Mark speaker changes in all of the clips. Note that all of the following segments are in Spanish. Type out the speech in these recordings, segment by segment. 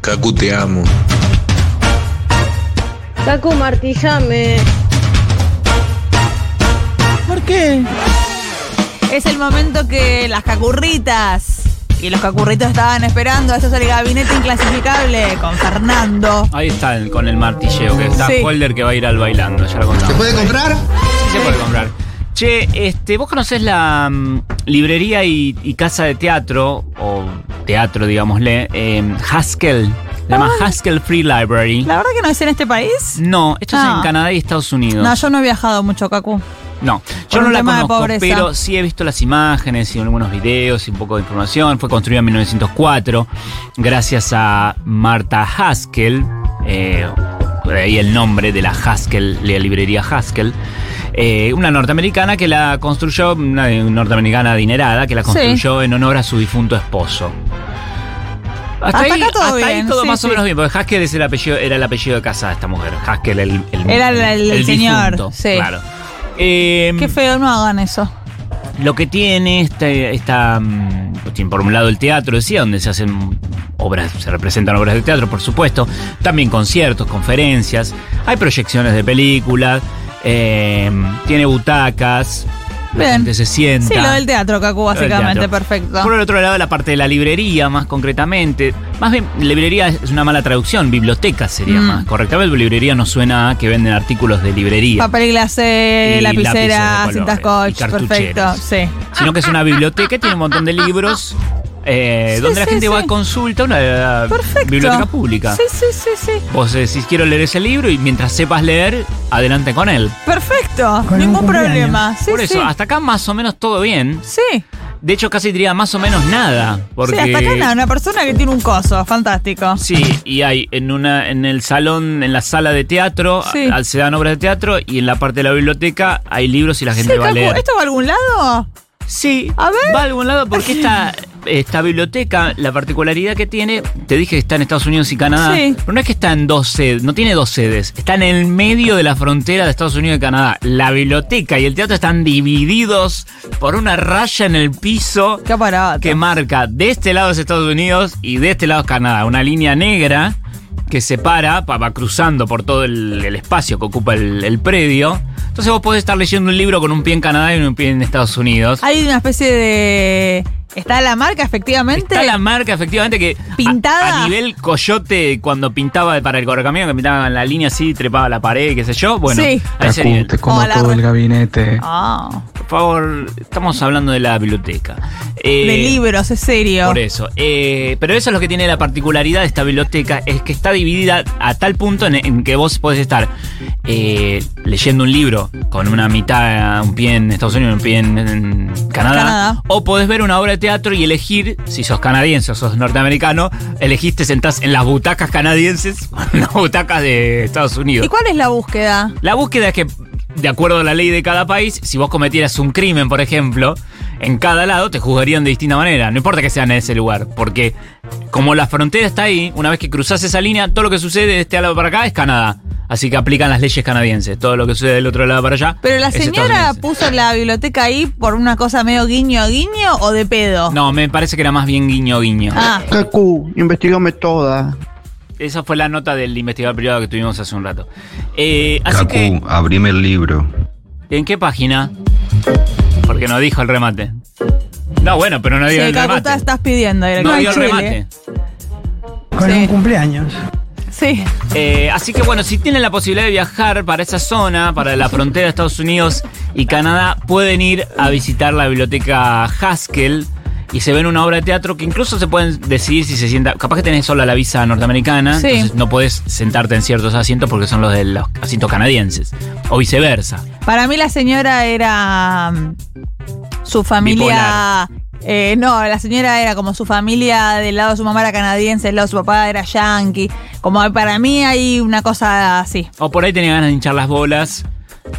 Speaker 1: Cacu, te amo.
Speaker 2: Cacu, martillame.
Speaker 3: ¿Por qué?
Speaker 4: Es el momento que las cacurritas y los cacurritos estaban esperando. Esto es el gabinete inclasificable con Fernando.
Speaker 5: Ahí está el- con el martilleo, que está
Speaker 4: Sí.
Speaker 5: Holder que va a ir al bailando, ya lo contamos.
Speaker 3: ¿Se puede comprar?
Speaker 5: Sí, se puede comprar. Che, este, vos conocés la mm, librería y, y casa de teatro, o teatro, digámosle, em, Haskell. Se llama Haskell Free Library.
Speaker 4: Ah. La verdad que no es en este país.
Speaker 5: No, esto es
Speaker 4: Ah.
Speaker 5: en Canadá y Estados Unidos.
Speaker 4: No, yo no he viajado mucho, Cacu.
Speaker 5: No, yo
Speaker 4: Por
Speaker 5: no
Speaker 4: un
Speaker 5: la
Speaker 4: tema de
Speaker 5: conozco,
Speaker 4: pobreza.
Speaker 5: pero sí he visto las imágenes y algunos videos y un poco de información. Fue construida en 1904 gracias a Marta Haskell, eh, de ahí el nombre de la Haskell, la librería Haskell, eh, una norteamericana que la construyó, una norteamericana adinerada, que la
Speaker 4: Sí.
Speaker 5: construyó en honor a su difunto esposo.
Speaker 4: Hasta acá todo
Speaker 5: hasta ahí
Speaker 4: bien,
Speaker 5: todo
Speaker 4: sí,
Speaker 5: más
Speaker 4: sí.
Speaker 5: o menos bien, porque Haskell es el apellido, era el apellido de casa de esta mujer. Haskell, el, el,
Speaker 4: Era el- el señor,
Speaker 5: difunto,
Speaker 4: sí.
Speaker 5: Claro. Em,
Speaker 4: Qué feo, no hagan eso.
Speaker 5: lo que tiene este- esta, mm, pues tiene por un lado el teatro, decía, donde se hacen obras, se representan obras de teatro, por supuesto, también conciertos, conferencias, hay proyecciones de películas, eh, tiene butacas, la
Speaker 4: Bien.
Speaker 5: gente se sienta.
Speaker 4: Sí, lo del teatro, Cacu,
Speaker 5: Lo del
Speaker 4: básicamente,
Speaker 5: teatro.
Speaker 4: perfecto.
Speaker 5: Por el otro lado, la parte de la librería, más concretamente. Más bien, librería es una mala traducción, biblioteca sería
Speaker 4: Mm.
Speaker 5: más correctamente, porque librería no suena a que venden artículos de librería.
Speaker 4: Papel y glacé,
Speaker 5: Y
Speaker 4: lapicera,
Speaker 5: lápices de
Speaker 4: cintas
Speaker 5: colores,
Speaker 4: coach,
Speaker 5: y
Speaker 4: perfecto.
Speaker 5: cartucheras.
Speaker 4: Sí.
Speaker 5: sino que es una biblioteca y tiene un montón de libros eh,
Speaker 4: Sí,
Speaker 5: donde la
Speaker 4: sí,
Speaker 5: gente va
Speaker 4: sí.
Speaker 5: a consulta, una eh,
Speaker 4: Perfecto.
Speaker 5: biblioteca pública.
Speaker 4: Sí, sí, sí, sí.
Speaker 5: Vos decís, quiero leer ese libro y mientras sepas leer, adelante con él.
Speaker 4: Perfecto,
Speaker 3: Con
Speaker 4: ningún
Speaker 3: un cumpleaños.
Speaker 4: problema. Sí,
Speaker 5: Por eso,
Speaker 4: sí.
Speaker 5: hasta acá más o menos todo bien.
Speaker 4: Sí.
Speaker 5: De hecho, casi diría más o menos nada.
Speaker 4: Sí,
Speaker 5: Porque
Speaker 4: hasta acá nada, una persona que tiene un coso, fantástico.
Speaker 5: Sí, y hay en una en el salón, en la sala de teatro,
Speaker 4: Sí.
Speaker 5: a- se dan obras de teatro y en la parte de la biblioteca hay libros y la gente
Speaker 4: Sí,
Speaker 5: va a
Speaker 4: Cacu,
Speaker 5: leer.
Speaker 4: ¿Esto va a algún lado?
Speaker 5: Sí,
Speaker 4: A ver.
Speaker 5: va a algún lado porque esta, esta biblioteca, la particularidad que tiene, te dije que está en Estados Unidos y Canadá,
Speaker 4: Sí.
Speaker 5: pero no es que está en dos sedes, no tiene dos sedes, está en el medio de la frontera de Estados Unidos y Canadá. La biblioteca y el teatro están divididos por una raya en el piso
Speaker 4: Qué aparato.
Speaker 5: que marca de este lado es Estados Unidos y de este lado es Canadá, una línea negra que separa, pa- va cruzando por todo el, el espacio que ocupa el, el predio. Entonces vos podés estar leyendo un libro con un pie en Canadá y un pie en Estados Unidos.
Speaker 4: Hay una especie de. Está la marca, efectivamente.
Speaker 5: Está la marca, efectivamente, que a-
Speaker 4: Pintada.
Speaker 5: A, nivel coyote, cuando pintaba para el correcamino, que pintaba en la línea así, trepaba la pared, qué sé yo. Bueno,
Speaker 4: Sí.
Speaker 5: a ese
Speaker 6: Cacu,
Speaker 5: nivel.
Speaker 6: te como
Speaker 4: Hola,
Speaker 6: todo
Speaker 4: Ra-
Speaker 6: el gabinete.
Speaker 4: Ah,
Speaker 5: Por favor, estamos hablando de la biblioteca. Eh,
Speaker 4: de libros, es serio.
Speaker 5: Por eso. Eh, pero eso es lo que tiene la particularidad de esta biblioteca, es que está dividida a tal punto en, en que vos podés estar eh, leyendo un libro con una mitad, un pie en Estados Unidos, un pie en, en Canadá,
Speaker 4: Canadá.
Speaker 5: o podés ver una obra de teatro y elegir, si sos canadiense o sos norteamericano, elegiste sentás en las butacas canadienses o en las butacas de Estados Unidos.
Speaker 4: ¿Y cuál es la búsqueda?
Speaker 5: La búsqueda es que, de acuerdo a la ley de cada país, si vos cometieras un crimen, por ejemplo, en cada lado te juzgarían de distinta manera. No importa que sea en ese lugar, porque como la frontera está ahí, una vez que cruzas esa línea, todo lo que sucede de este lado para acá es Canadá. Así que aplican las leyes canadienses. Todo lo que sucede del otro lado para allá.
Speaker 4: ¿Pero la
Speaker 5: es
Speaker 4: señora
Speaker 5: estadounidense.
Speaker 4: puso la biblioteca ahí por una cosa medio guiño guiño o de pedo?
Speaker 5: No, me parece que era más bien guiño guiño.
Speaker 4: Ah,
Speaker 3: Cacu, investigame toda.
Speaker 5: Esa fue la nota del investigador privado que tuvimos hace un rato. Eh, así
Speaker 1: Cacu,
Speaker 5: que,
Speaker 1: abrime el libro.
Speaker 5: ¿en qué página? Porque no dijo el remate. No, bueno, pero no
Speaker 4: sí,
Speaker 5: dijo el
Speaker 4: Cacu,
Speaker 5: remate.
Speaker 4: estás- estás pidiendo
Speaker 5: No
Speaker 4: directamente.
Speaker 5: dio
Speaker 4: Chile.
Speaker 5: remate.
Speaker 3: Con
Speaker 4: Sí.
Speaker 3: un cumpleaños.
Speaker 4: Sí,
Speaker 5: Eh, así que bueno, si tienen la posibilidad de viajar para esa zona, para la frontera de Estados Unidos y Canadá, pueden ir a visitar la biblioteca Haskell y se ven una obra de teatro que incluso se pueden decidir si se sienta. Capaz que tenés sola la visa norteamericana,
Speaker 4: Sí.
Speaker 5: entonces no podés sentarte en ciertos asientos porque son los de los asientos canadienses. O viceversa.
Speaker 4: para mí la señora era. mm, Su familia Eh, no, la señora era como su familia, del lado de su mamá era canadiense, del lado de su papá era yankee. Como para mí hay una cosa así.
Speaker 5: O por ahí tenía ganas de hinchar las bolas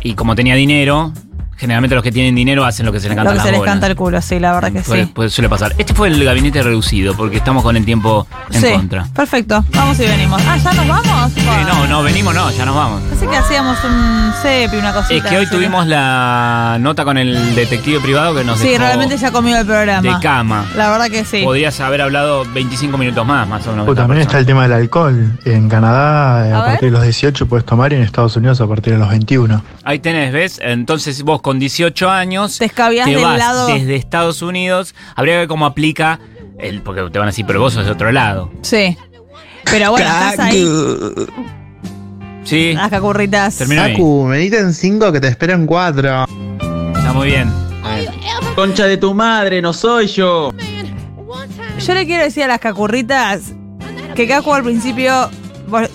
Speaker 5: y como tenía dinero, generalmente los que tienen dinero hacen lo que se les
Speaker 4: Lo
Speaker 5: canta
Speaker 4: que
Speaker 5: las
Speaker 4: se les
Speaker 5: bolas.
Speaker 4: canta el culo, sí, la verdad que
Speaker 5: Suele-
Speaker 4: sí.
Speaker 5: puede- suele pasar. Este fue el gabinete reducido porque estamos con el tiempo en
Speaker 4: sí,
Speaker 5: contra.
Speaker 4: perfecto. Vamos y venimos. Ah, ¿ya nos vamos?
Speaker 5: Eh, no, no, venimos, no, ya nos vamos.
Speaker 4: Pensé que hacíamos un cepi, una cosita.
Speaker 5: Es que hoy
Speaker 4: así
Speaker 5: tuvimos la nota con el detective privado que nos
Speaker 4: Sí,
Speaker 5: dejó
Speaker 4: realmente ya comió el programa.
Speaker 5: de cama.
Speaker 4: La verdad que sí.
Speaker 5: Podrías haber hablado 25 minutos más, más o menos. de
Speaker 7: O
Speaker 5: esta
Speaker 7: también está
Speaker 5: persona.
Speaker 7: el tema del alcohol. En Canadá, eh,
Speaker 4: A
Speaker 7: a,
Speaker 4: ver.
Speaker 7: partir de los 18 puedes tomar y en Estados Unidos a partir de los 21.
Speaker 5: Ahí tenés, ¿ves? Entonces vos con 18 años
Speaker 4: Te escabiás
Speaker 5: te
Speaker 4: del
Speaker 5: vas
Speaker 4: lado.
Speaker 5: desde Estados Unidos. Habría que ver cómo aplica, el, porque te van a decir, pero vos sos de otro lado.
Speaker 4: Sí. Pero bueno, estás ahí.
Speaker 5: Sí,
Speaker 4: Las cacurritas.
Speaker 5: termina ahí.
Speaker 3: medita en cinco que te esperan cuatro.
Speaker 5: Está muy bien.
Speaker 6: Concha de tu madre, no soy yo.
Speaker 4: Yo le quiero decir a las cacurritas que Cacu al principio vos-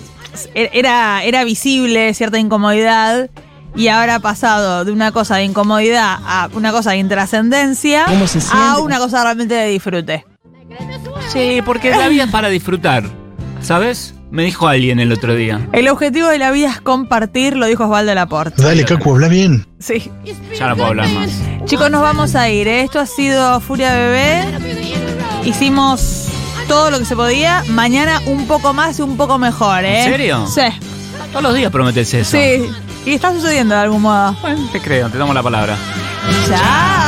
Speaker 4: er, era, era visible cierta incomodidad y ahora ha pasado de una cosa de incomodidad a una cosa de intrascendencia
Speaker 8: ¿Cómo se siente?
Speaker 4: a una cosa realmente de disfrute.
Speaker 5: Sí, porque la vida es para disfrutar, ¿sabes? Me dijo alguien el otro día.
Speaker 4: El objetivo de la vida es compartir, lo dijo Osvaldo Laporte.
Speaker 7: Dale, Cacu, habla bien.
Speaker 4: Sí.
Speaker 5: Ya no puedo hablar más.
Speaker 4: Chicos, nos vamos a ir. ¿eh? Esto ha sido Furia Bebé. Hicimos todo lo que se podía. Mañana un poco más y un poco mejor, ¿eh?
Speaker 5: ¿En serio?
Speaker 4: Sí.
Speaker 5: Todos los días prometes eso.
Speaker 4: Sí. Y está sucediendo de algún modo.
Speaker 5: Bueno, te creo, te damos la palabra.
Speaker 4: Chao.